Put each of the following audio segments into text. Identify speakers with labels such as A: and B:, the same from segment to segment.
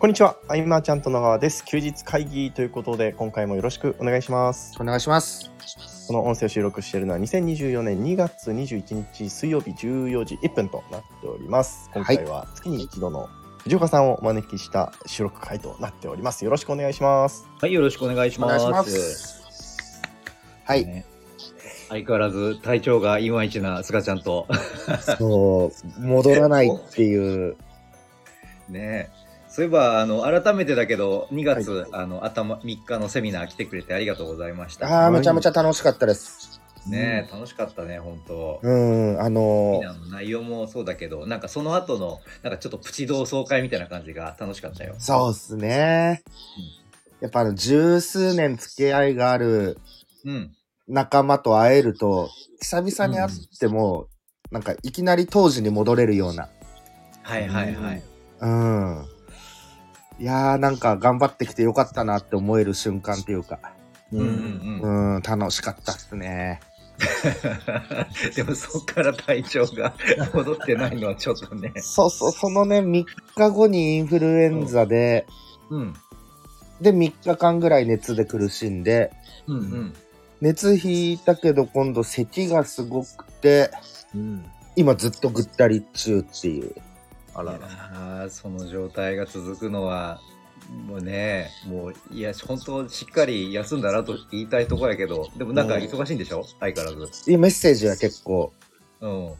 A: こんにちは、アイマーちゃんと野川です。休日会議ということで、今回もよろしくお願いします。
B: お願いします。
A: この音声を収録しているのは2024年2月21日水曜日14時1分となっております。今回は月に一度の藤岡さんをお招きした収録会となっております。よろしくお願いします。
C: はい、よろしくお願いし
B: お
C: ます。
B: はい、
C: ね相変わらず体調がいまいちなスカちゃんと。
B: そう、戻らないっていう。
C: ねそういえば、あの、改めてだけど、2月、あの、頭、3日のセミナー来てくれてありがとうございました。
B: ああ、めちゃめちゃ楽しかったです。
C: ね楽しかったね、本当
B: うん、あの
C: セミナーの内容もそうだけど、なんかその後の、なんかちょっとプチ同窓会みたいな感じが楽しかったよ。
B: そうっすね。やっぱあの、十数年付き合いがある
C: うん。
B: 仲間と会えると、久々に会っても、なんかいきなり当時に戻れるような。
C: はいはいはい。
B: うん。いやーなんか頑張ってきてよかったなって思える瞬間っていうか、
C: うんう
B: うんん、楽しかったっすね。
C: うん。 でもそっから体調が 戻ってないのはちょっとね。
B: そうそう、そのね、3日後にインフルエンザで、
C: うん。
B: で、3日間ぐらい熱で苦しんで、
C: うんうん。
B: 熱引いたけど今度咳がすごくて、今ずっとぐったり中っていう。
A: あらら。
C: ああその状態が続くのはもうねもういや本当しっかり休んだらと言いたいとこやけどでもなんか忙しいんでしょ、相変わらず
B: いいメッセージは結構、
C: うん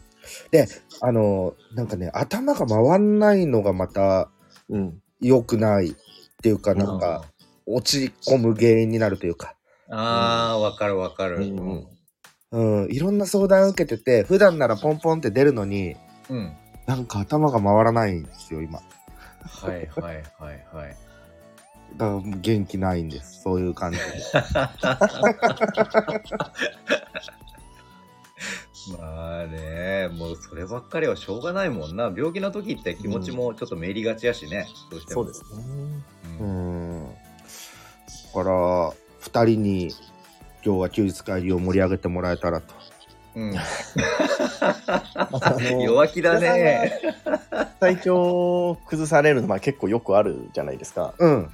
B: あの、なんかね、頭が回んないのがまた
A: うん。
B: 良くないっていうか、なんか、落ち込む原因になるというか。
C: ああわかるわかる
A: う
C: うんん、
B: うん、いろんな相談受けてて、普段ならポンポンって出るのに、なんか頭が回らないんですよ、今。
C: はいはいはいはい
B: だから元気ないんです、そういう感じ。
C: まあねもうそればっかりはしょうがないもんな病気の時って気持ちもちょっとめりがちやしね、どうしても
A: そうですね。
C: うん
B: うーん。だから、二人に今日は休日会議を盛り上げてもらえたらと。
C: うん
A: あの
C: 弱気だね。
A: 体調を崩されるのは結構よくあるじゃないですか。
B: うん。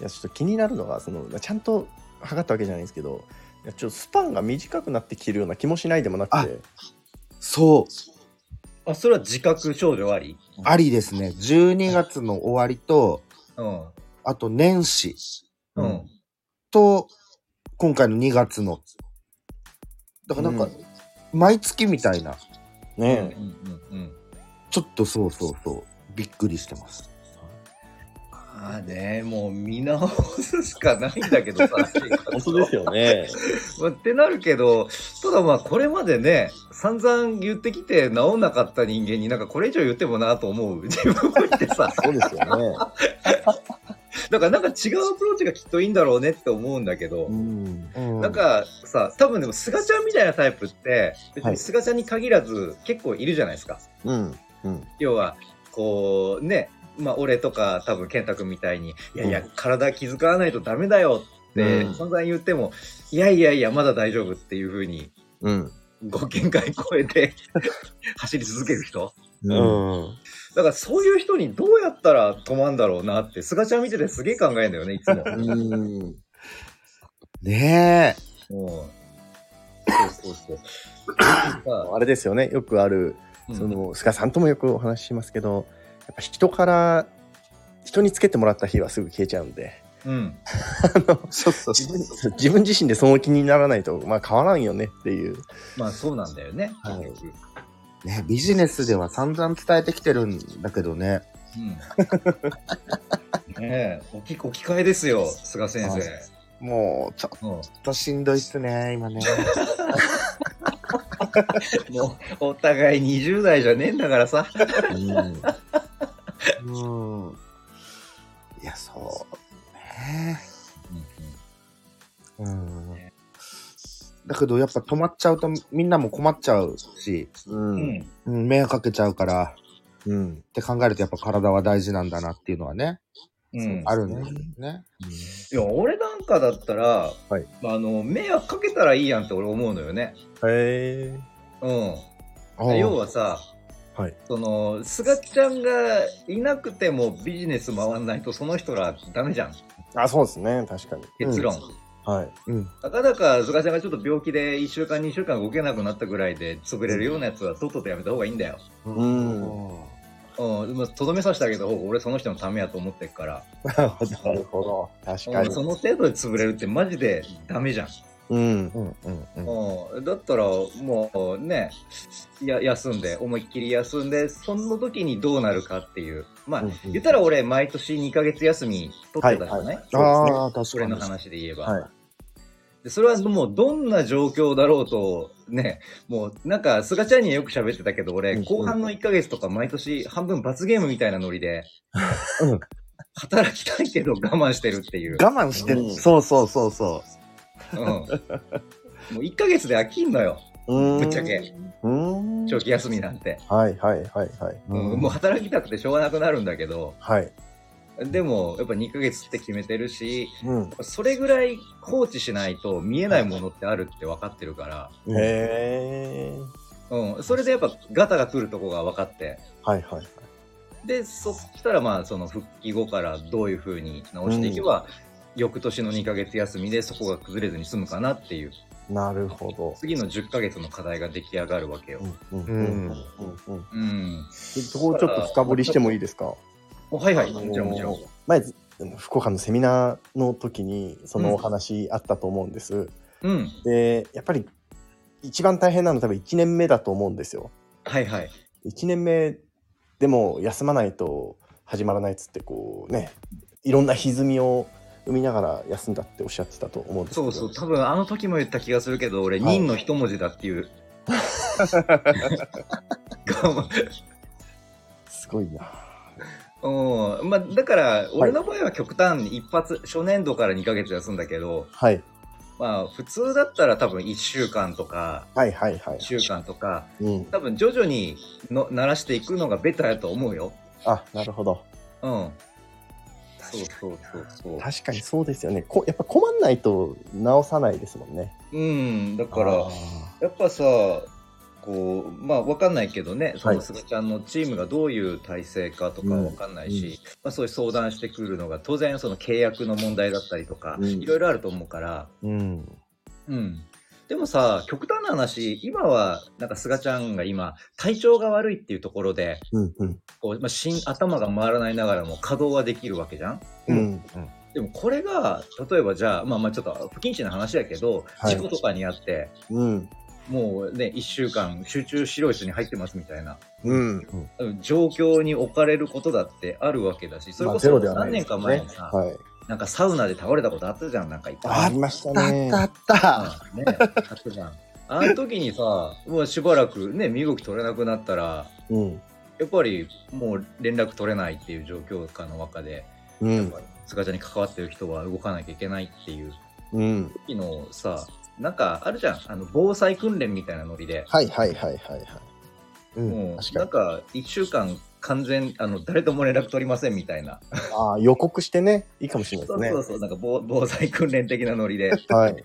A: いやちょっと気になるのがそのちゃんと測ったわけじゃないんですけどいやちょっとスパンが短くなってきてるような気もしないでもなくて
B: そう。
C: あ、それは自覚症状あり
B: ありですね。12月の終わりと、
C: うん。
B: あと年始
C: うん。
B: と、今回の2月の。だからなんか、毎月みたいな。
A: ね
C: うんうんうん。
B: ちょっとそうそうそう。びっくりしてます。
C: まあね、もう見直すしかないんだけどさ。
A: 本当ですよね
C: まあってなるけど、ただまあこれまでね、散々言ってきて治んなかった人間になんかこれ以上言ってもなと思う自分もいてさ、
A: そうですよね
C: だからなんか違うアプローチがきっといいんだろうねって思うんだけど、
A: うん
B: うん
C: なん、かさ、多分でもスガちゃんみたいなタイプって、別
A: はい
C: にスガちゃんに限らず結構いるじゃないですか。
A: うんうん
C: 要はこうねまあ俺とか多分健太君みたいに「いやいや体気遣わないとダメだよ」って
A: うん
C: 散々言っても「いやいやいやまだ大丈夫」っていうふうに
A: うん
C: ご見解超えて 走り続ける人
A: う
B: うん。
C: だからそういう人にどうやったら止まんだろうなって菅ちゃん見ててすげえ考えんだよね いつも。
A: うん
B: ねえ。
C: うんそうそうそうさ
A: あれですよねよくある
C: うん
A: その菅さんともよくお話ししますけどやっぱ人から人につけてもらった日はすぐ消えちゃうんで
C: うん
B: そうそう
A: 自分自分自身でその気にならないとまあ変わらんよねっていう
C: まあそうなんだよね。
A: はい
C: 結局
B: ね、ビジネスでは散々伝えてきてるんだけどね。
C: うんねえ置き置き換えですよ菅先
B: はい
C: 生。
B: もう、ちょ
C: うん
B: っとしんどいっすね、今 ね。
C: もうお互い20代じゃねえんだからさ。
B: うんいや、そうね。うん。だけど、やっぱ止まっちゃうとみんなも困っちゃうし、
A: う
C: うんん
B: うん、迷惑かけちゃうから
A: うん
B: って考えると、やっぱ体は大事なんだなっていうのはね、
C: うん、
B: あるんだよね。
C: いや俺なんかだったら、
A: はい
C: まあ、あの迷惑かけたらいいやんって俺思うのよね。
A: へえ
C: うん、
B: うん
C: 要はさ
A: はい
C: その、菅ちゃんがいなくてもビジネス回んないと、その人らダメじゃん。
A: あ、そうですね。確かに。
C: 結論。
A: はい。
B: うん。
C: たかだか菅ちゃんがちょっと病気で1週間、2週間動けなくなったぐらいで潰れるようなやつは、とっととやめた方がいいんだよ。
A: うん。
C: うん、まあとどめさせてあげた方が俺その人のためやと思ってるから、
B: なるほど。
A: なるほど。確か
C: うん
A: に。
C: その程度で潰れるってマジでダメじゃん。
A: うん。
B: うんうんうん。
C: うん、だったらもうねや休んで思いっきり休んでその時にどうなるかっていうまあ、
A: うんうん
C: 言ったら俺毎年2ヶ月休み取ってたじゃない、
A: はいは
B: ああ、確
C: それ
B: か
C: の
B: に。
C: 話で言えば、
A: はい
C: でそれはもうどんな状況だろうとねもうなんか菅ちゃんにはよく喋ってたけど俺
A: うん
C: 後半の1ヶ月とか毎年半分罰ゲームみたいなノリで、
B: うん
C: 働きたいけど我慢してるっていう、
B: 我慢して
A: うん
B: る。そうそうそうそ
C: うん、もう1ヶ月で飽きんのよ
A: うん
C: ぶっちゃけ
A: うん。
C: 長期休みなんて。
A: はいはいはいはい。
B: う。
C: うんもう働きたくてしょうがなくなるんだけど、
A: はい。
C: でもやっぱ2ヶ月って決めてるし、
A: うん。
C: それぐらい放置しないと見えないものってあるって分かってるか
B: うん
A: へえ。
C: ら、うん、それでやっぱガタが来るとこが分かって、
A: はいはいはい。
C: で、そしたらまあその復帰後からどういう風に直していけば、翌年の2ヶ月休みでそこが崩れずに済むかなっていう、
A: なるほど。
C: 次の10ヶ月の課題が出来上がるわけよ。
A: うんうん
B: うん
A: うんうんうん。
C: うん。
A: でそこをちょっと深掘りしてもいいですか
C: おはいはい、
A: あのー
C: もちろんもちろん。
A: 前福岡のセミナーの時にそのお
C: うん
A: 話あったと思うんです、
C: うん。
A: でやっぱり一番大変なの多分1年目だと思うんですよ
C: はいはい。
A: 1年目でも休まないと始まらないっつってこうねいろんな歪みを生みながら休んだっておっしゃってたと思うんですけ
C: そ
A: ど
C: うそう、多分あの時も言った気がするけど、俺、
A: はい
C: 忍の一文字だっていう。 我
A: すごいな
C: 慢うんまあ、だから、俺の場合は極端に一発、初年度から2ヶ月休んだけど、
A: はい
C: まあ、普通だったら多分1週間とか、
A: はいはいはい
C: 1、週間とか、
A: うん、
C: 多分徐々にの慣らしていくのがベターやと思うよ。
A: あなるほど
C: うん。そうそうそうそ
A: 確かにそうですよねこやっぱ困んないと直さないですもんね
C: う。うん、だから
A: あー、
C: やっぱさこうまあわかんないけどねそ
A: は
C: の
A: い
C: 菅ちゃんのチームがどういう体制かとか
A: うん
C: わかんないし、
A: うん
C: まあ、そういう相談してくるのが当然その契約の問題だったりとか、
A: うん
C: いろいろあると思うから、
A: うん
C: うん、でもさ極端な話今はなんか菅ちゃんが今体調が悪いっていうところで
A: うんうん
C: こう、まあ、心頭が回らないながらも稼働はできるわけじゃん
A: うん
C: でもこれが例えばじゃあまあまあちょっと不謹慎な話だけど、
A: はい
C: 事故とかにあって
A: うん
C: もうね1週間集中白い室に入ってますみたいな。
A: うん
C: 状況に置かれることだってあるわけだし、それこ
A: まあゼ
C: そ
A: ロではない
C: 何年か前にさ、
A: はい
C: なんかサウナで倒れたことあったじゃん、なんかいっぱい。
A: ありました
B: あ
A: ね
B: ったあった。
C: あね、あったじゃん。あの時にさ、もうしばらくね、身動き取れなくなったら、
A: うん
C: やっぱりもう連絡取れないっていう状況下の中で、
A: うん
C: 菅ちゃんに関わってる人は動かなきゃいけないっていう
A: うん
C: 時のさ、なんかあるじゃん、あの防災訓練みたいなノリで、
A: はいはいはいはいはい
B: うん。
C: も
A: 確か
C: う
A: に
C: なんか1週間完全、あの誰とも連絡取りませんみたいな。
A: ああ予告してねいいかもしれ
C: そ
A: ないうです
C: そ
A: ね
C: うそう、なんか防防災訓練的なノ リで、
A: はい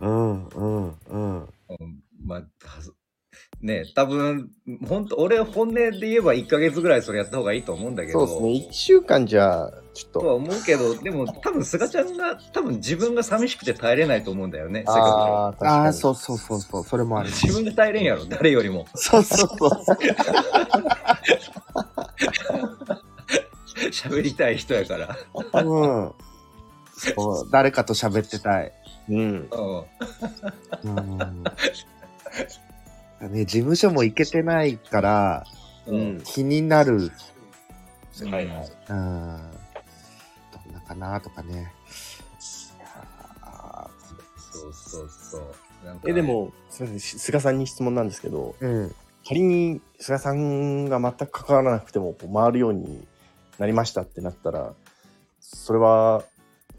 C: う
B: う
C: ん
B: んうんうん。
C: うんまあ、たね多分本当俺本音で言えば1か月ぐらいそれやった方がいいと思うんだけ
A: そう
C: ど
A: ですね1週間じゃちょっ
C: とは
A: と
C: 思うけどでも多分菅ちゃんが多分自分が寂しくて耐えれないと思うんだよねせっか
A: ああ確
B: あ
A: か
B: あ、
A: に
B: そうそうそうそう。それもあ
C: く
B: る。
C: 自分が耐えれんやろ誰よりも
B: そうそうそう。
C: 喋りたい人やから、
B: うん。そう、誰かと喋ってたい。
A: うん
C: うん
B: うん。ね、事務所も行けてないから、
A: うん
B: 気になる。
C: うん
A: はいはい
B: うん。どんなかなとかね。いや
C: そうそうそうなんか
A: えでもすみませんし菅さんに質問なんですけど
B: ーうん。
A: 仮に菅さんが全く関わらなくてもこう回るようになりましたってなったらそれは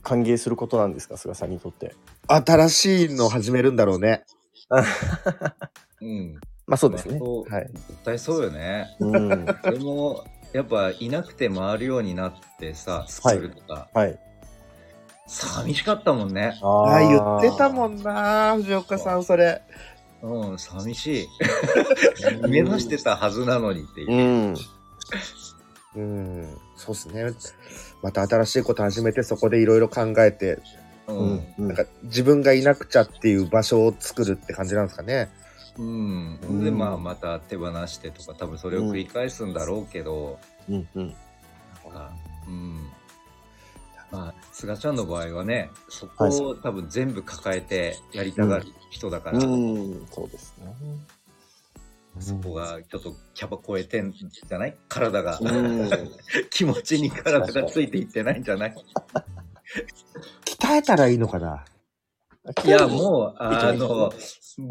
A: 歓迎することなんですか菅さんにとって
B: 新しいの始めるんだろうね。
C: うん
A: まあそうですね
C: まあそう
A: はい
C: 絶対そうよね
A: うん
C: 俺もやっぱいなくて回るようになってさスクールとか、
A: はい
C: 寂しかったもんね
A: あ
B: ああ、言ってたも
A: ん
B: んな、藤岡さん、それ。
C: うん、寂しい。目指してたはずなのにっていう。
A: うん。
B: うん、そうですね。また新しいこと始めて、そこでいろいろ考えて、
A: う
C: うん
A: ん。う
B: なん
A: ん
B: か自分がいなくちゃっていう場所を作るって感じなんですかね。
C: うん、
A: ん
C: でまあまた手放してとか多分それを繰り返すんだろうけど、
A: うん。うん。
C: なんかうんまあ菅ちゃんの場合はねそこを多分全部抱えてやりたがる人だから、
A: うん。そうですね。
C: そこがちょっとキャパ超えてんじゃない体が、
A: うん。
C: 気持ちに体がついていってないんじゃない
B: 鍛えたらいいのかな。
C: いやもうあの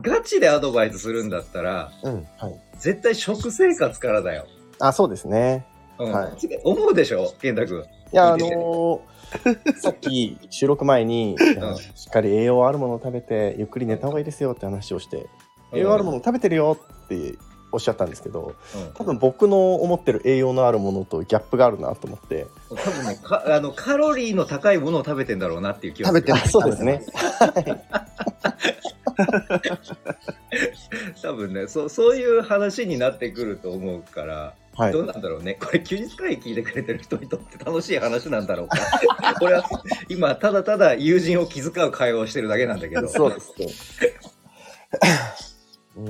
C: ガチでアドバイスするんだったら
B: うん。
A: はい。
C: 絶対食生活からだよ、
A: あ、そうですね。
C: うん
A: は
C: 思うでしょ健太君
A: いや、あ
C: いいですね
A: の ーさっき収録前に、
C: ん
A: しっかり栄養あるものを食べて、ゆっくり寝た方がいいですよって話をして、栄養あるものを食べてるよっておっしゃったんですけど、
C: うん
A: 多分僕の思ってる栄養のあるものとギャップがあるなと思 って、
C: 多分ねかあのカロリーの高いものを食べてんだろうなっていう気がする
B: 食べてます
A: そうですね。
C: 多分ねそうそういう話になってくると思うから、
A: はい。
C: どうなんだろうねこれ休日会議聞いてくれてる人にとって楽しい話なんだろうか これは今ただただ友人を気遣う会話をしてるだけな んだけど
A: そうですね。
B: うん。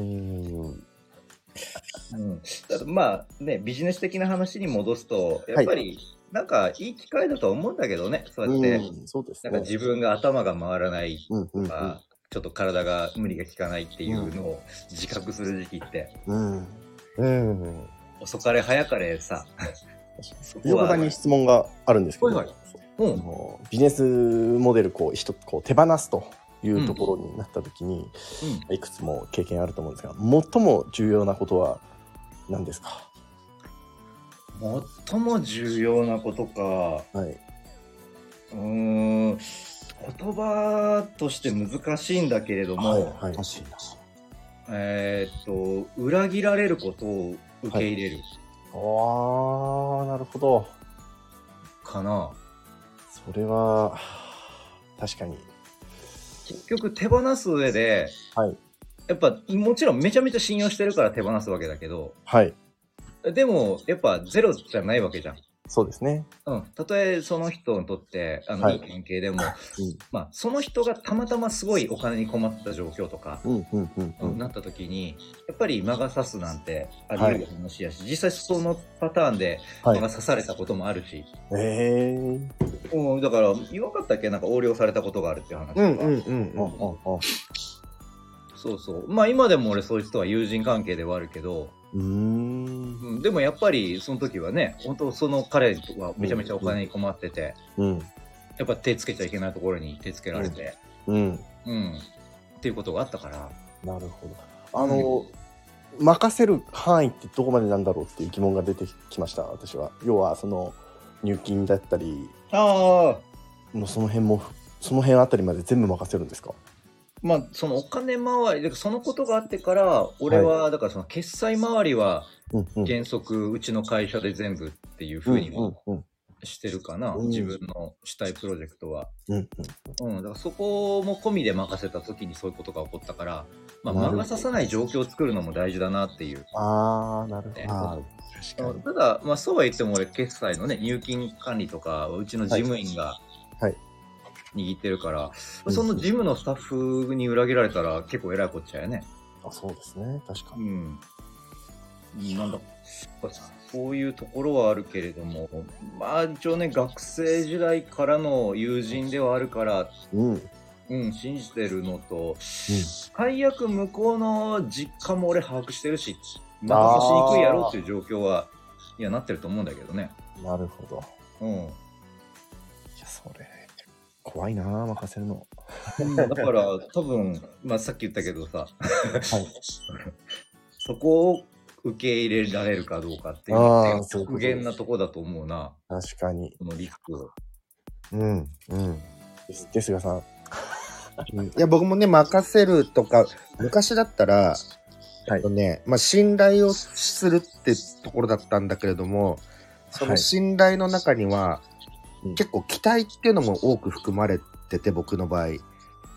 C: うん、ただまあねビジネス的な話に戻すとやっぱり、なんかいい機会だと思うんだけどねそうやって、
A: うん、そうです
C: な
A: ね。
C: んか自分が頭が回らない
A: うんうん
C: とか、ちょっと体が無理が効かないっていうのを自覚する時期って
A: うん。うん。
B: うん。
C: 遅かれ早かれさ。そこ
A: 横
C: は
A: 田に質問があるんですけど、
C: はいはい
A: あ
C: うん。
A: のビジネスモデルこう一つこう手放すというところになった時に、いくつも経験あると思うんですが最も重要なことは何ですか、
C: 最も重要なことか。
A: はい、
C: うーん。言葉として難しいんだけれども、
B: はい。
A: 確か
C: えーっと、裏切られることを受け入れる
A: にああなるほど
C: かな。
A: それは確かに
C: 結局手放す上で、
A: はい
C: やっぱもちろんめちゃめちゃ信用してるから手放すわけだけど、
A: はい
C: でもやっぱゼロじゃないわけじゃん。
A: そうですね
C: うん、たとえその人にとってあの、、
A: はいい
C: い関係でも、
A: ん
C: まあ、その人がたまたますごいお金に困った状況とか、
A: うんうんうんうん、
C: なった時にやっぱり魔が差すなんてあり得る話やし、実際そのパターンで魔
A: は
C: が
A: い
C: 差されたこともあるし、
A: えー、
C: うん、だから弱かったっけなんか横領されたことがあるっていう話と
B: う
C: か、
B: んうんうん
A: ああ
B: うん。
A: あ
C: そうそうまあ今でも俺そういう人は友人関係ではあるけど、
A: うーん
C: うん、でもやっぱりその時はね本当その彼はめちゃめちゃお金に困ってて、
A: うん
C: やっぱ手つけちゃいけないところに手つけられて。
A: うん
C: うん、っていうことがあったから、
A: なるほどあの、任せる範囲ってどこまでなんだろうっていう疑問が出てきました私は要はその入金だったり
C: ああ
A: のその辺もその辺あたりまで全部任せるんですか
C: まあそのお金周りだからそのことがあってから俺はだからその決済周りは
A: うんうん
C: 原則うちの会社で全部っていうふ
A: うん
C: うにも
A: うんうん
C: してるかな、
A: うん
C: 自分のしたいプロジェクトは、
A: うん
C: うん、だからそこも込みで任せた時にそういうことが起こったから、まあ、
A: なるほど
C: 魔が差さない状況を作るのも大事だなっていう。
A: ああなる
C: ね
B: あ
A: ほど確か
C: ただ、まあ、そうは言っても俺決済のね入金管理とかはうちの事務員が
A: いはい
C: 握ってるから、
A: うん
C: その事務のスタッフに裏切られたら結構偉いこっちゃよね
A: あそうですね確か
C: う
A: に
C: んなんだそういうところはあるけれどもまあ一応ね学生時代からの友人ではあるから
A: うん
C: うん信じてるのと、最悪向こうの実家も俺把握してるしまあしにくいやろうっていう状況はいやなってると思うんだけどね
A: なるほど
C: うん
A: いやそれ怖いなあ任せるの
C: だから多分、まあ、さっき言ったけどさ、
A: い
C: そこを受け入れられるかどうかっていう
A: あーそういうこと
C: 極限なとこだと思うな
A: 確かに
C: このリスクを
B: うんうん。
A: ですですがさん
B: うんいや僕もね任せるとか昔だったら、
A: はい
B: えっとねまあ、信頼をするってところだったんだけれどもそ
A: は
B: の
A: い
B: 信頼の中には、
A: うん
B: 結構期待っていうのも多く含まれてて僕の場合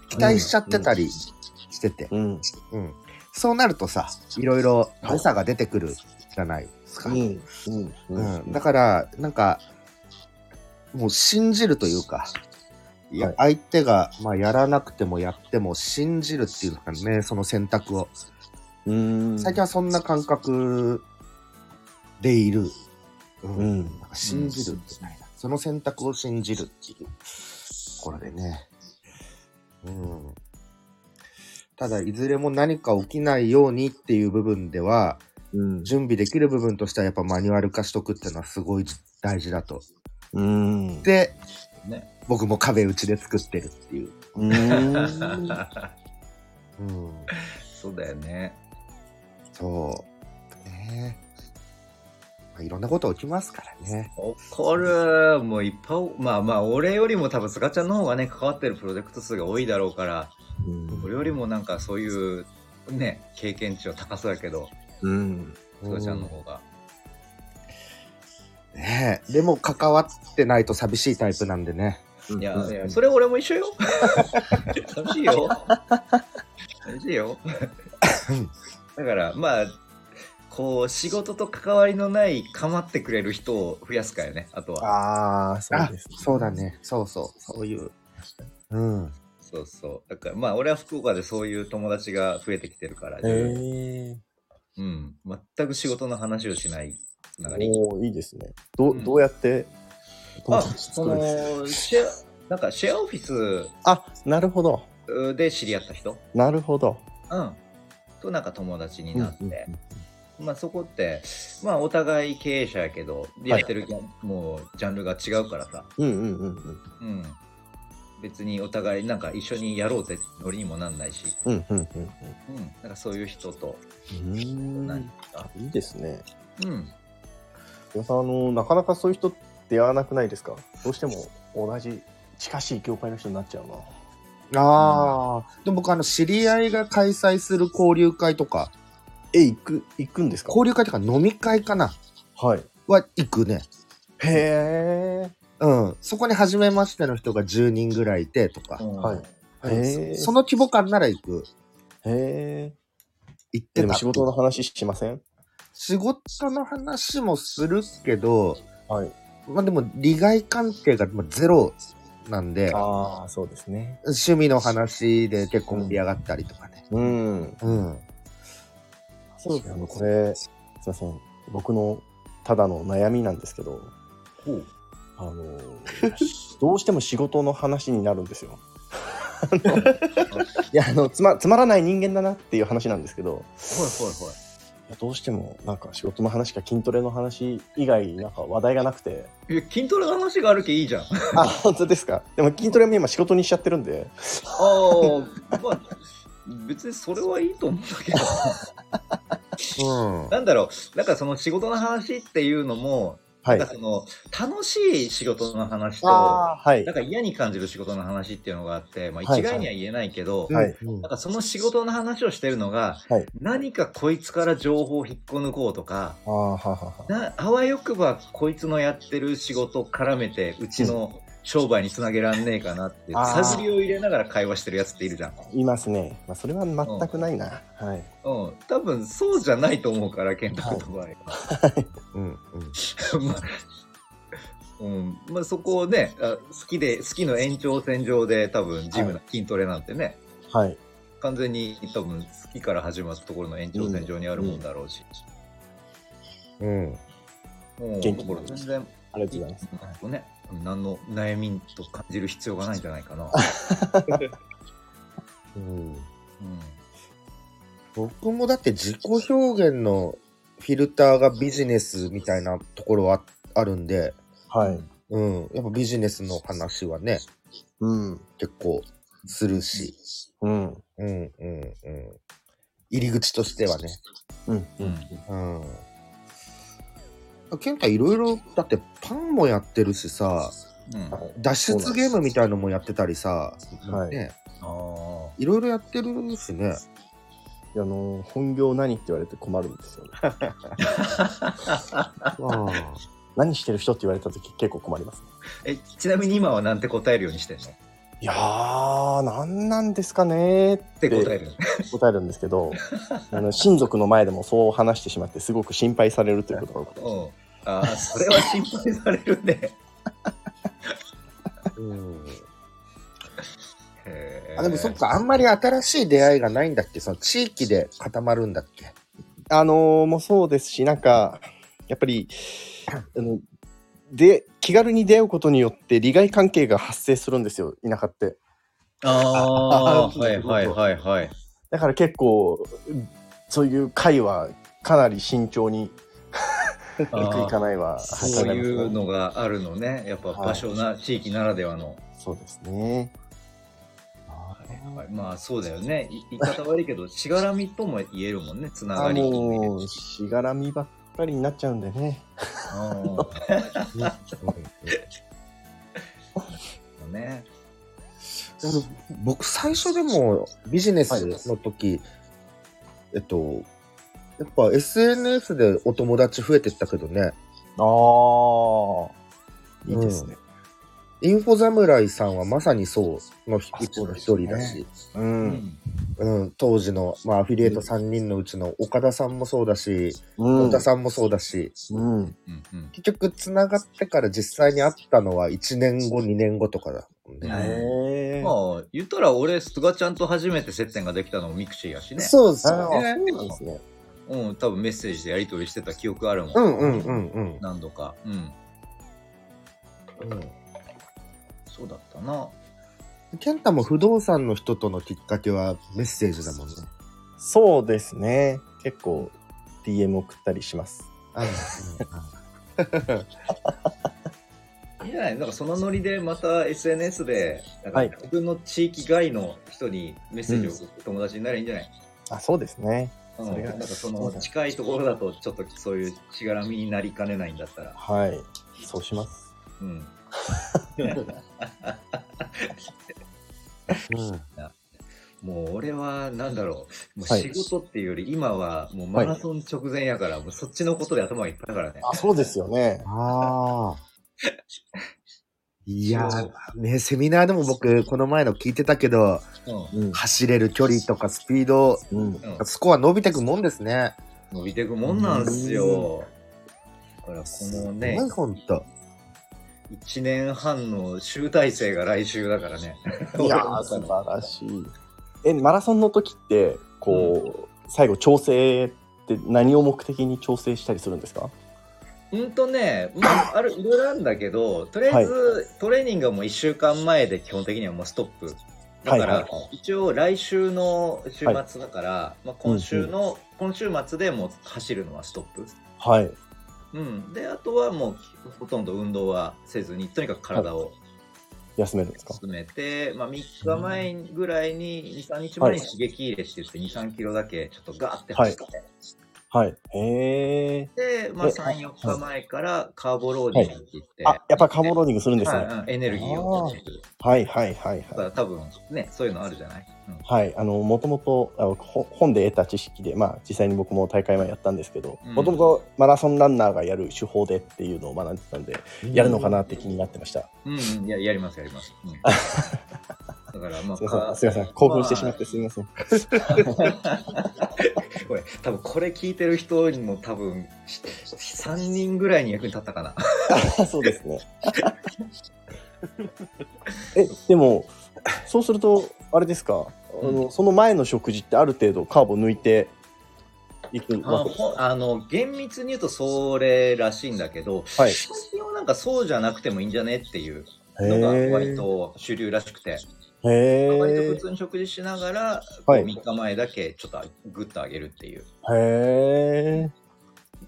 B: 期待しちゃってたりしてて、
A: うん
B: うんそうなるとさ、いろいろ良さが出てくるじゃないですか。
A: んうん
B: うん、だから、なんか、もう信じるというか、いや
A: はい
B: 相手が、まあ、やらなくてもやっても信じるっていうかね、その選択を。
A: うん
B: 最近はそんな感覚でいる。
A: う
B: う。
A: んん
B: なんか信じるってないな。その選択を信じるっていうところでね。うん。ただ、いずれも何か起きないようにっていう部分では、
A: うん
B: 準備できる部分としてはやっぱマニュアル化しとくっていうのはすごい大事だと。
A: うん
B: で、
C: ね。
B: 僕も壁打ちで作ってるっていう。
A: うん
B: うん。
C: そうだよね。
B: そう。ねまあ、いろんなこと起きますからね。
C: 怒るもういっぱいまあまあ俺よりも多分スガちゃんの方がね関わってるプロジェクト数が多いだろうから俺よりもなんかそういうね経験値は高そうやけど
A: うん
C: スガちゃんの方が
B: ねえでも関わってないと寂しいタイプなんでね。
C: いや
A: うん
C: いやそれ俺も一緒よ寂しいよ寂し いよだからまあこう仕事と関わりのない構ってくれる人を増やすかよねあと
A: あ
C: は
A: あそう
B: あ
A: です、
B: そうだね。そうそう。そういう。うん。
C: そうそうだからまあ俺は福岡でそういう友達が増えてきてるから
A: へえ
C: うん、全く仕事の話をしないつながり。
A: おーいいですねど
C: うん
A: どうやって
C: あ、
A: 作
C: そ
A: るんですか
C: のシェア、なんかシェアオフィス
A: あなるほど
C: うで知り合った人、
A: なるほど
C: うん、となんか友達になって、まあそこって、まあお互い経営者やけど、やってるギャン、もうジャンルが違うからさ、
A: うんうんうんうん
C: うん、別にお互いなんか一緒にやろうぜノリにもなんないし、
A: うんうんうんうん
C: うん、なんかそういう人と
A: うん
C: 何か、
A: いいですね
C: うん、
A: 皆さんあのなかなかそういう人出会わなくないですかどうしても同じ近しい業界の人になっちゃうな
B: ああ、でも僕、あの、知り合いが開催する交流会とか、
A: え行く行くんですか
B: 交流会とか飲み会かな
A: はい
B: は行くね。
A: へ
B: うん。そこに初めましての人が10人ぐらいいてとか。
A: はいえ
B: うん
A: へえ
B: その規模感なら行く。
A: えへ
B: 行っ
A: え
B: て
A: でも
B: た
A: 仕事の話しません
B: 仕事の話もするけど、
A: はい
B: まあでも利害関係がまあゼロなんで、
A: ああそうですね
B: 趣味の話で結構盛り上がったりとかね。
A: うん
B: うん。
A: そうですねこれすいません僕のただの悩みなんですけど
C: ほう
A: あ のどうしても仕事の話になるんですよ。あのいやあのつまつまらない人間だなっていう話なんですけど
C: ほいほいほい。
A: いやどうしてもなんか仕事の話か筋トレの話以外なんか話題がなくて
C: いや筋トレの話があるけいいじゃん。
A: あ本当ですかでも筋トレも今仕事にしちゃってるんで
C: ああ、 まあ、別にそれはいいと思うんだけど、
B: うん。
C: なんだろう、なんかその仕事の話っていうのも、
A: はい
C: なんかその楽しい仕事の話と、
A: あーはい
C: なんか嫌に感じる仕事の話っていうのがあって、まあ、
A: はい
C: 一概には言えないけど、
A: はい
B: うん
C: なんかその仕事の話をしてるのが、
A: はい
C: 何かこいつから情報を引っこ抜こうとか、
A: あーははは
C: なあわよくばこいつのやってる仕事絡めて、うちの商売につなげらんねえかなって、
A: あー
C: 探りを入れながら会話してるやつっているじゃん。
A: いますね、まあ、それは全くないな、はい
C: うん、多分そうじゃないと思うから、健太君の場合は。
B: うん。
C: まあうんまあ、そこをねあ好きで好きの延長線上で多分ジムの筋トレなんてね、
A: はい
C: 完全に多分好きから始まったところの延長線上にあるもんだろうし、
B: うん。うん
C: もう
A: 元気
C: だから全然
A: ありがとうございます、はい
C: ね何の悩みと感じる必要がないんじゃないかな、
B: うん。
C: うん、
B: 僕もだって自己表現のフィルターがビジネスみたいなところはあるんで、
A: はい
B: うん。やっぱビジネスの話はね、
A: うん
B: 結構するし。
A: うん
B: うんうんうん。入り口としてはね。
A: うん
C: うん
B: うん。ケンタいろいろ、だってパンもやってるしさ、
C: うん、あ
B: 脱出ゲームみたいのもやってたりさ、
A: はい
B: ね、
C: あ
B: いろいろやってるしね。
A: あの本業何って言われて困るんですよ ね何してる人って言われた時結構困ります、ね、
C: えちなみに今はなんて答えるようにしてんの
A: いやー、なんなんですかねっ
C: ってて答える。
A: 答えるんですけど、あの親族の前でもそう話してしまって、すごく心配されるということが起こってま
C: う
A: す
C: ん。ああ、それは心配されるね。
B: うん。
C: へー
B: あ、でもそっ。か、あんまり新しい出会いがないんだっけその地域で固まるんだっけ
A: あのーもうそうですし、なんか、やっぱり、あので気軽に出会うことによって利害関係が発生するんですよ、田舎って。
C: ああー、はいはいはいはい。
A: だから結構、そういう会はかなり慎重に、行く行かないは、はい
C: そうい
A: 考え
C: う
A: ますね
C: のがあるのね。やっぱ場所な、地域ならではの。
A: そうですね。
C: はいまあそうだよね。い言い方悪いけど、しがらみとも言えるもんね、つな
A: あ
C: がり。
A: もう、しがらみばっかりになっちゃうんでね。
C: うんね。
B: 僕最初でもビジネスの時、えっとやっぱ SNS でお友達増えてったけどね
A: ああ、いいですね。
B: インフォ侍さんはまさにそうの
A: あ
B: 一の一人だし、
A: う。
C: うんん。
B: うん、当時の、まあ、アフィリエイト3人のうちの岡田さんもそうだし、
A: うん。
B: 太田さんもそうだし
A: うん。
C: うんうん。
B: 結局つながってから実際に会ったのは1年後2年後とかだもんね、
C: うん
A: へえ。
C: まあ、言ったら俺、スガちゃんと初めて接点ができたのもミクシーやしね。
B: そうです
A: あ
B: よ
A: ー
B: ね
A: そうなんですね。
C: うん、多分メッセージでやり取りしてた記憶あるもん。
B: うんうんうんうん
C: 何度か。うん。そうだったな。
B: 健太も不動産の人とのきっかけはメッセージだもんね。
A: そうですね。結構 DM 送ったりします。
C: いいじゃないなんかそのノリでまた SNS で、なんか
A: はい
C: 自分の地域外の人にメッセージを送って友達になればいいんじゃない、
A: あ、そうですね。
C: うん
A: それが
C: なんかそ
A: そう
C: の
A: だ
C: 近いところだとちょっとそういうしがらみになりかねないんだったら。
A: はい。そうします。
C: うん。もう俺はなんだろう、もう
A: はい
C: 仕事っていうより今はもうマラソン直前やから、もうそっちのことで頭がいっぱいだからね。
A: あ、そうですよね。
B: ああ。いや
C: そう
B: ー、ね、セミナーでも僕、この前の聞いてたけど、
C: う
A: うん。
B: 走れる距離とかスピード、
A: うん。
C: んうん
B: スコア伸びてくもんですね。
C: 伸びていくもんなんすよ。だからこのね
B: すごい、ほんと。
C: 1年半の集大成が来週だからね。
A: いやー、素晴らしい。え、マラソンの時って、こう、最後調整って何を目的に調整したりするんですか
C: うんとね、まあ、あるいろいろあるんだけど、とりあえず、トレーニングはもう1週間前で基本的にはもうストップ。だ
A: は
C: から、
A: いはいは
C: 一応来週の週末だから、まあ、今週の、今週末でもう走るのはストップ。
A: はい。
C: うん、であとはもうほとんど運動はせずにとにかく体を
A: 休めるんですか
C: 進めて、まあ、3日前ぐらいに23日前に刺激入れって言って23キロだけちょっとガーって走って、
A: はい。へえ。
C: で、まあ、
A: え
C: 34日前からカーボローディングって言って、
A: あ、やっぱカーボローディングするんですね。
C: はいうんエネルギーを取ってくる
A: はいはいはい
C: だ
A: は
C: か
A: い。
C: ら多分ねそういうのあるじゃない、うん
A: はい、あの、もともと、あほ本で得た知識で、まあ、実際に僕も大会前やったんですけど
C: うん、
A: もともとマラソンランナーがやる手法でっていうのを学んでたんで、やるのかなって気になってました。
C: うんうん、ややりますやります、 うんだからまあ
A: すみませ
C: か
A: ん、すみません、興奮してしまって、すみません。
C: これ多分これ聞いてる人にも多分3人ぐらいに役に立ったか な
A: そうですね。 え、でも、そうすると、あれですか、あの、
C: う
A: その前の食事ってある程度カーボ抜いていく
C: あ
A: わけです
C: ほあの厳密に言うとそれらしいんだけど
A: はい。
C: 最近はなんかそうじゃなくてもいいんじゃねっていうのが割
A: へ
C: と主流らしくて、
A: え。へ
C: 割と
A: え
C: 普。通に食事しながら、
A: はい
C: 3日前だけちょっとグッと上げるっていう
A: へえ。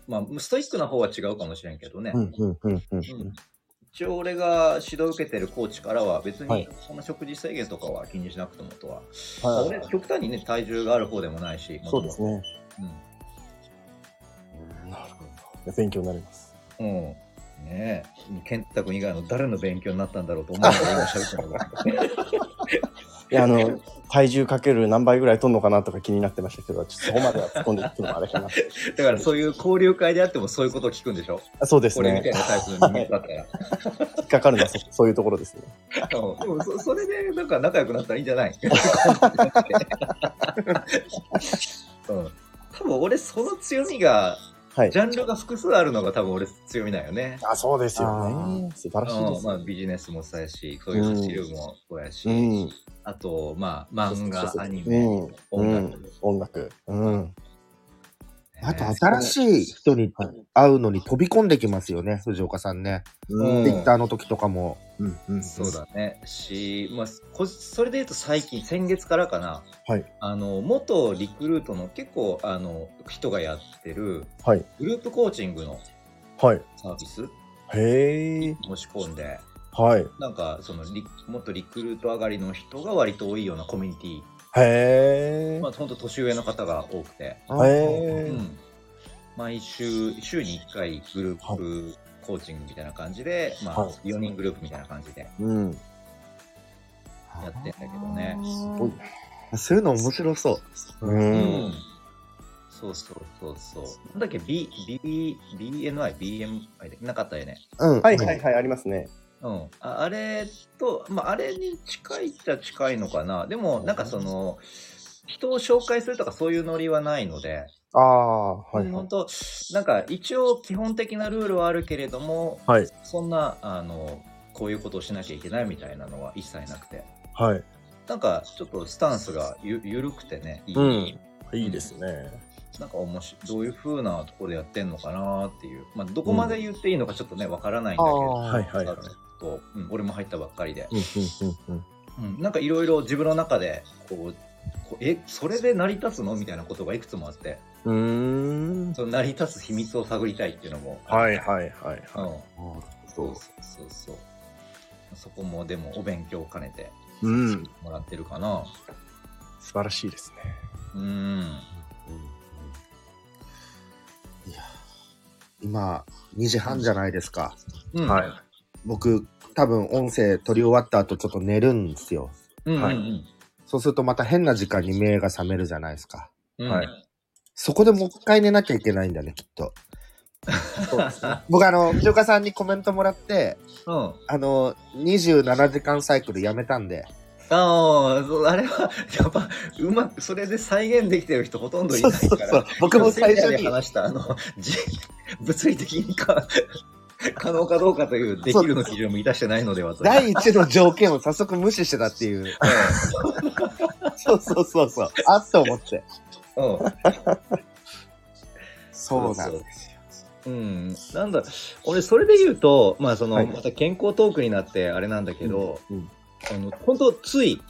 C: まあストイックな方は違うかもしれんけどね、
A: うんうんうんうん。
C: うん一応俺が指導受けてるコーチからは別
A: は
C: に
A: い
C: そんな食事制限とかは気にしなくてもとは、まあ
A: はい
C: 俺極端にね体重がある方でもないし
A: そうです、ね。勉強になります。
C: うん、うん、ねえ健太君以外の誰の勉強になったんだろうと思うから今喋ってんだけど
A: いやあ の体重かける何倍ぐらい取るのかなとか気になってましたけど、ちょっとそこまでは突っ込んでいくのもあれかな。
C: だからそういう交流会であってもそういうことを聞くんでしょ
A: あそうです
C: 俺み
A: ね
C: たい。なタイプの人間だったら。
A: 引っかかるのはそそういうところですね。
C: うんでもそ それでなんか仲良くなったらいいんじ ゃないうん多分俺その強みが
A: はい
C: ジ。ャンルが複数あるのが多分俺強みだよね。
A: あ、そうですよ
B: あ
A: ね。素晴らしいで
C: うん
A: す。
C: まあ、ビジネスもそうやし、そういうスキルもそうやし、
A: うん。
C: あと、まあ、漫
A: そうそう
C: 画、
A: そう
C: アニメ、
A: うん。
C: 音楽、
A: うん音楽。うん。
B: あと
C: ね
B: 新しい人に会うのに飛び込んできますよね、藤岡さんね。
A: うん
B: Twitter の時とかも。
A: うん。うん。
C: そうだね。し、まあ、こそれで言うと最近、先月からかな、
A: はい
C: あの元リクルートの結構あの人がやってる
A: はい。
C: グループコーチングの
A: はい。
C: サービス
A: へえ。
C: 申し込んで、
A: はい。
C: なんかそのリ元リクルート上がりの人が割と多いようなコミュニテ
A: へ
C: ィ、まあ、ほんと年上の方が多くて、
A: え。
C: う
A: へえ。
C: ん、毎週、週に1回グループコーチングみたいな感じで、まあ
A: はい、
C: 4人グループみたいな感じで
A: うん。
C: やってんだけどね。
A: ごい
B: そういうの面白そう。
A: う。
C: うんんそうそうそうそう。なんだっけ、B、B、BNI、BMI でなかったよね。
B: うん。
A: はいはいはい、ありますね。
C: うん。ああれと、まあ、あれに近いっちゃ近いのかな。でも、なんかその、人を紹介するとかそういうノリはないので、
A: ああ、はいは
C: 本
A: い。
C: 当なんか一応基本的なルールはあるけれども、
A: はい
C: そんな、あの、こういうことをしなきゃいけないみたいなのは一切なくて、
A: はい。
C: なんかちょっとスタンスがゆ緩くてね、いい。
A: うん。いいですね。
C: なんか面白いどういう風なところでやってんのかなっていう、まあ、どこまで言っていいのかちょっとねわからないんだけど、
A: はいはい
C: ちょっとうん俺も入ったばっかりで、
A: うんうんうんうん。
C: うんなんかいろいろ自分の中でこうこうえそれで成り立つのみたいなことがいくつもあって
A: うーん。
C: その成り立つ秘密を探りたいっていうのも、
A: はいはいはい
C: うん
A: は
C: そうそうそうそうそこもでもお勉強を兼ねて
A: い。うん。
C: もらってるかな
A: 素晴らしいですね。
C: うん
B: いや今、2時半じゃないですか。
C: うん
A: はい。
B: 僕、多分音声取り終わった後ちょっと寝るんですよ。
C: うんうん
A: はい
B: そうするとまた変な時間に目が覚めるじゃないですか。
C: うん
A: はい
B: そこでもう一回寝なきゃいけないんだね、きっと。
A: そうですね。
B: 僕あの、藤岡さんにコメントもらって、
C: うん
B: あの、27時間サイクルやめたんで。
C: ああ、そうあれは、やっぱ、うまく、それで再現できてる人ほとんどいないから。
B: そう。僕も最初
C: セミナー
B: に
C: で、話した、あの、じ物理的にか 可能かどうかという、できるの基準を満たしてないのではと いう。
B: 第一の条件を早速無視してたっていう。 そうそうそうそう。あっと思って。
C: うん
B: そうなんです。
C: うん、なんだ俺それで言うと、まあその
A: はい
C: また健康トークになってあれなんだけど、
A: うんうん
C: あの本当つい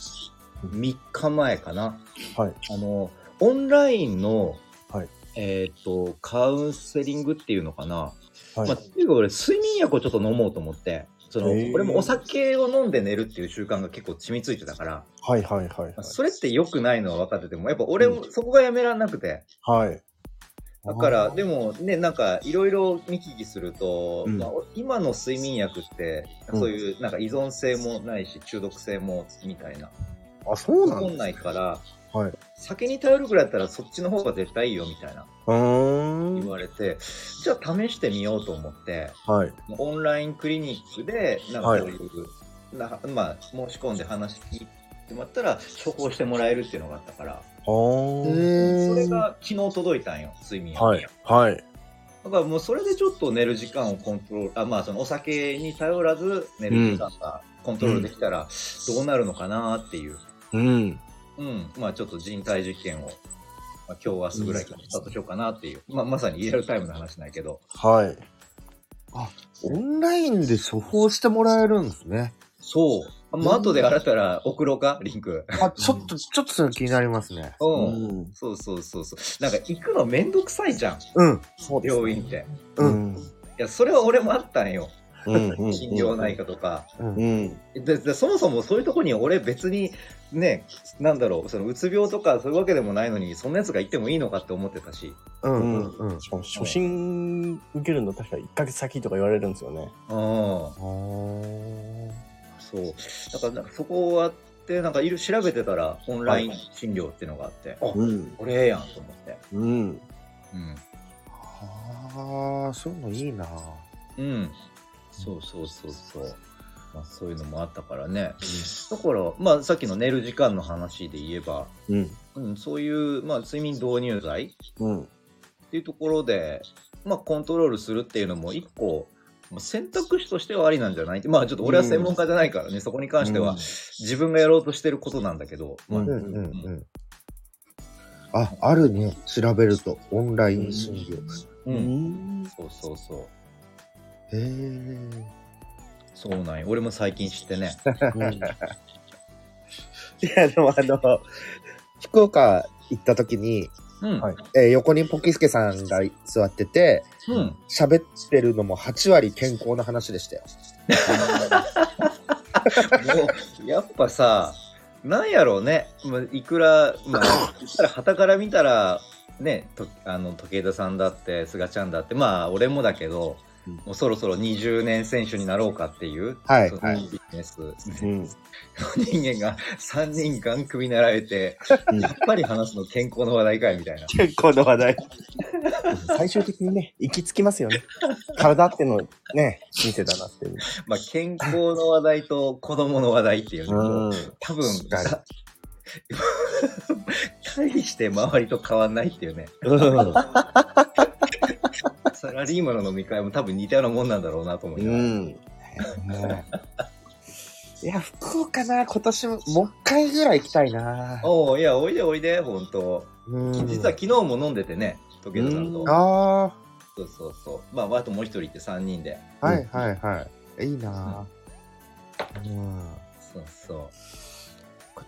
C: 3日前かな、
A: はい
C: あのオンラインの、
A: はい
C: えっとカウンセリングっていうのかな、
A: はい
C: まあ、というか俺睡眠薬をちょっと飲もうと思ってその
A: へー
C: 俺もお酒を飲んで寝るっていう習慣が結構染みついてたから、
A: はいはいはい
C: まあそれって良くないのは分かっててもやっぱ俺もそこがやめられなくて。
A: はい。はい。
C: だから
B: あー
C: でもねなんかいろいろ見聞きすると、
A: うん
C: まあ、お今の睡眠薬って
A: うん
C: そういうなんか依存性もないし中毒性もみたいな
A: あ、そうなん
C: 残ん
A: だ。
C: ないから、
A: はい
C: 酒に頼るぐらいだったらそっちの方が絶対いいよみたいな
A: うー
C: 言
A: ん。
C: われて、じゃあ試してみようと思って
A: はい。
C: オンラインクリニックでなんか
A: はい
C: そういう、なまあ、申し込んで話聞いてもらったら処方してもらえるっていうのがあったから
A: あー。
B: へ
C: それ
B: ー
C: が昨日届いたんよ睡眠薬。
A: はい。はい。
C: だからもうそれでちょっと寝る時間をコントロール、あまあそのお酒に頼らず寝る時間がコントロールできたらどうなるのかなっていう、
A: うん。
C: うん、まあちょっと人体実験を、まあ、今日明日ぐらいからスタートしようかなっていう、まあまさにリアルタイムの話ないけど、
A: はい。
B: オンラインで処方してもらえるんですね。
C: そう。まあ後であなたら送ろうか、リンク。
B: あ、ちょっと、ちょっとそれ気になりますね。
C: う。
A: うんん。
C: そうそうそうそう。なんか行くのめんどくさいじゃん、
B: うん。
A: そうですね。
C: 病院って。
A: うん。
C: いや、それは俺もあったんよ。
A: うん。うん
C: 心療内科とか。
A: うん。
C: ででそもそもそういうとこに俺別にねなんだろうそのうつ病とかそういうわけでもないのにそんなやつがいてもいいのかって思ってたし
B: うん。うん。
A: う
B: うん。
A: しかも初診受けるの確か1ヶ月先とか言われるんですよね。
C: うんそうだからなんかそこはってなんかいろ調べてたらオンライン診療っていうのがあって、
A: うん。
C: これええやんと思って、
A: うん。
B: ああ、そういうのいいな。
C: うん、うん、そうそうそうそう、まあ、そういうのもあったからね、だからまあさっきの寝る時間の話で言えば、
A: うん。
C: うん、そういう、まあ、睡眠導入剤
A: うん。
C: っていうところで、まあ、コントロールするっていうのも一個まあ選択肢としてはありなんじゃないまあちょっと俺は専門家じゃないからね、そこに関しては自分がやろうとしてることなんだけど、
A: うん
B: う
C: ま
B: ん
C: あ
B: うんうん。あ、あるね。調べると。オンライン診療。
C: う
A: うんん。
C: そうそうそう
B: へえ。
C: そうなんよ俺も最近知ってね
B: いや、でもあの、 福岡行った時に、
C: うん、
A: はい
B: えー横にポキスケさんが座ってて、
C: うん、
B: 喋ってるのも8割健康の話でしたよ。
C: もうやっぱさなんやろうね、まあ、いくらまあ言ったら旗から見たらねとあの時枝さんだって菅ちゃんだってまあ俺もだけど、
A: うん
C: もうそろそろ20年選手になろうかっていう、
B: はい
C: その
B: はい
C: ビジネス
A: うん。
C: 人間が3人ガン首習えて、
A: うん
C: やっぱり話すの健康の話題かいみたいな。
B: 健康の話題。
A: 最終的にね、行き着きますよね。体あってのね、人生だなっていう。
C: まあ、健康の話題と子供の話題っていうね、
A: うん。
C: 多分
B: 確かに
C: さ大して周りと変わんないっていうね。サラリーマンの飲み会も多分似たようなもんなんだろうなと思いながら
A: うん。
B: いや、福岡な、今年も、もう一回ぐらい行きたいな。
C: おういや、おいでおいで、ほんと。
B: うん
C: 実は昨日も飲んでてね、時計さんと
A: う。ん
B: あ
C: そうそうそう。まあ、あともう一人いて3人で。
B: あ、はいはいはい。いいな。うん。
C: そうそ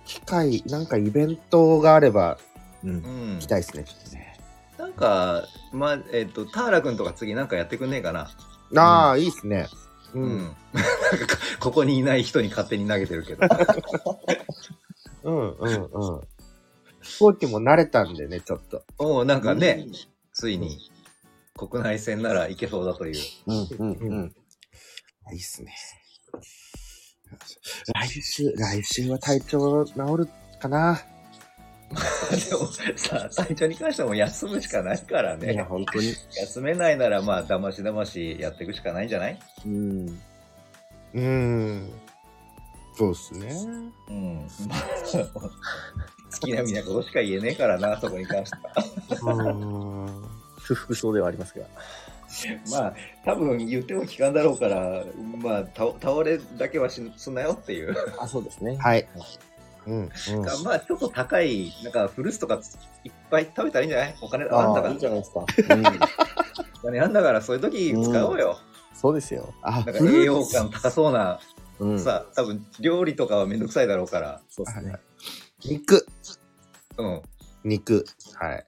B: 機会、なんかイベントがあれば
A: う。
C: う。うんん
B: 行き。たいですね、ちょっとね。
C: なんか、まあ、えっ、と、ターラ君とか次なんかやってくんねえかな。
B: ああ、いいっすね。う。
C: うんん。なんか ここにいない人に勝手に投げてるけど。
B: うんうんうん。飛行機も慣れたんでね、ちょっと。
C: おうなんかね、ついに国内線ならいけそうだという。
A: うん。うん。うん。
B: いいっすね。来週、来週は体調治るかな。
C: でもさ、体調に関してはもう休むしかないから
A: いや、
C: ね。
A: 本当に。
C: 休めないなら、まあ、だましだましやっていくしかないんじゃない
A: うん。
B: うーん。そうっすね。
C: うん。好きなみなことしか言えねえからな、そこに関しては。
B: うーん。
A: 不服そうではありますが。
C: まあ、多分言っても聞かんだろうから、まあ、倒倒れだけはしすなよっていう。
A: あ、そうですね。
B: はい。うん、うん。
C: かまあ、ちょっと高い、なんか、フルーツとかいっぱい食べたらいいんじゃないお金あんだ
A: ああ、
C: か
A: い
C: ら
A: いじゃないですか。うん。
C: お金あんだから、そういう時使おうよ。
A: そうですよ。
B: あ、
C: なん
B: フル
C: か
B: ーツ
C: 栄養感高そうな、
A: うん。
C: さ、多分料理とかはめんどくさいだろうから。
A: そうですね。
B: 肉。
C: うん。
B: 肉。はい。
C: うん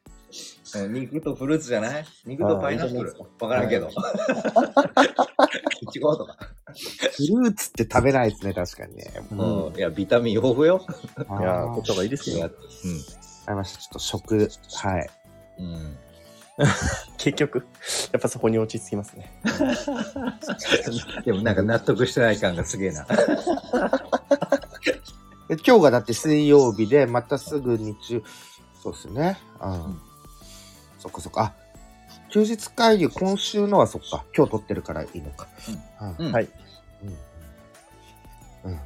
C: 肉とフルーツじゃない肉とパイナップル
A: あーいいじゃないですか。
C: わからんけど。いちごとか。
B: フルーツって食べないですね、確かにね。
A: う。
C: うんん。いや、ビタミン豊富よ。
B: あ
A: いや、
B: ー
A: こっちの方がいいですよ。
B: ありました。ちょっと食、はい。
C: うん。うん。
A: 結局、やっぱそこに落ち着きますね。
C: でもなんか納得してない感がすげえな。
B: で今日がだって水曜日で、またすぐ日中、そうですね。うん。
C: うん
B: そっかそっか。あ、休日会議、今週のはそっか。今日撮ってるからいいのか。
C: うん
A: はい。
B: うん。うん。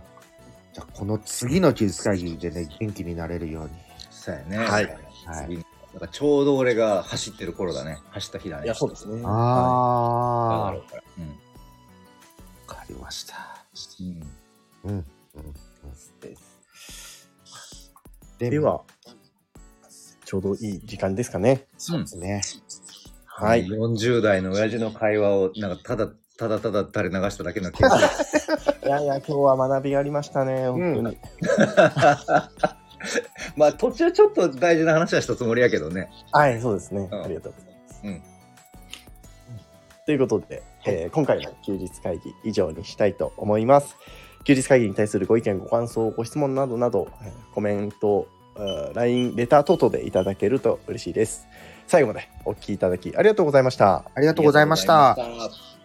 B: じゃあ、この次の休日会議でね、元気になれるように。
C: そうやね。
A: はい
B: はい
C: 次なんかちょうど俺が走ってる頃だね。走った日だね。
A: いや、そうですね。は
B: ああ、
C: あ
B: わ、
C: ーうん。
B: かりました。
C: うん。
B: うん。
A: い。
B: で
A: で、は、ちょうどいい時間ですかね。
B: そうですね。
A: はい。
C: 40代の親父の会話を、なんかただ、ただただ垂れ流しただけの気が
A: いやいや、今日は学びがありましたね、本当に。
C: まあ途中ちょっと大事な話はしたつもりやけどね。
A: はい、そうですね。
C: うん
A: ありがとうございます。
C: うん
A: ということで、えー今回の休日会議以上にしたいと思います。休日会議に対するご意見、ご感想、ご質問などなど、えーコメント、えー LINE、レター等々でいただけると嬉しいです。最後までお聞きいただきありがとうございました。
B: ありがとうございました。
C: ありがとうございました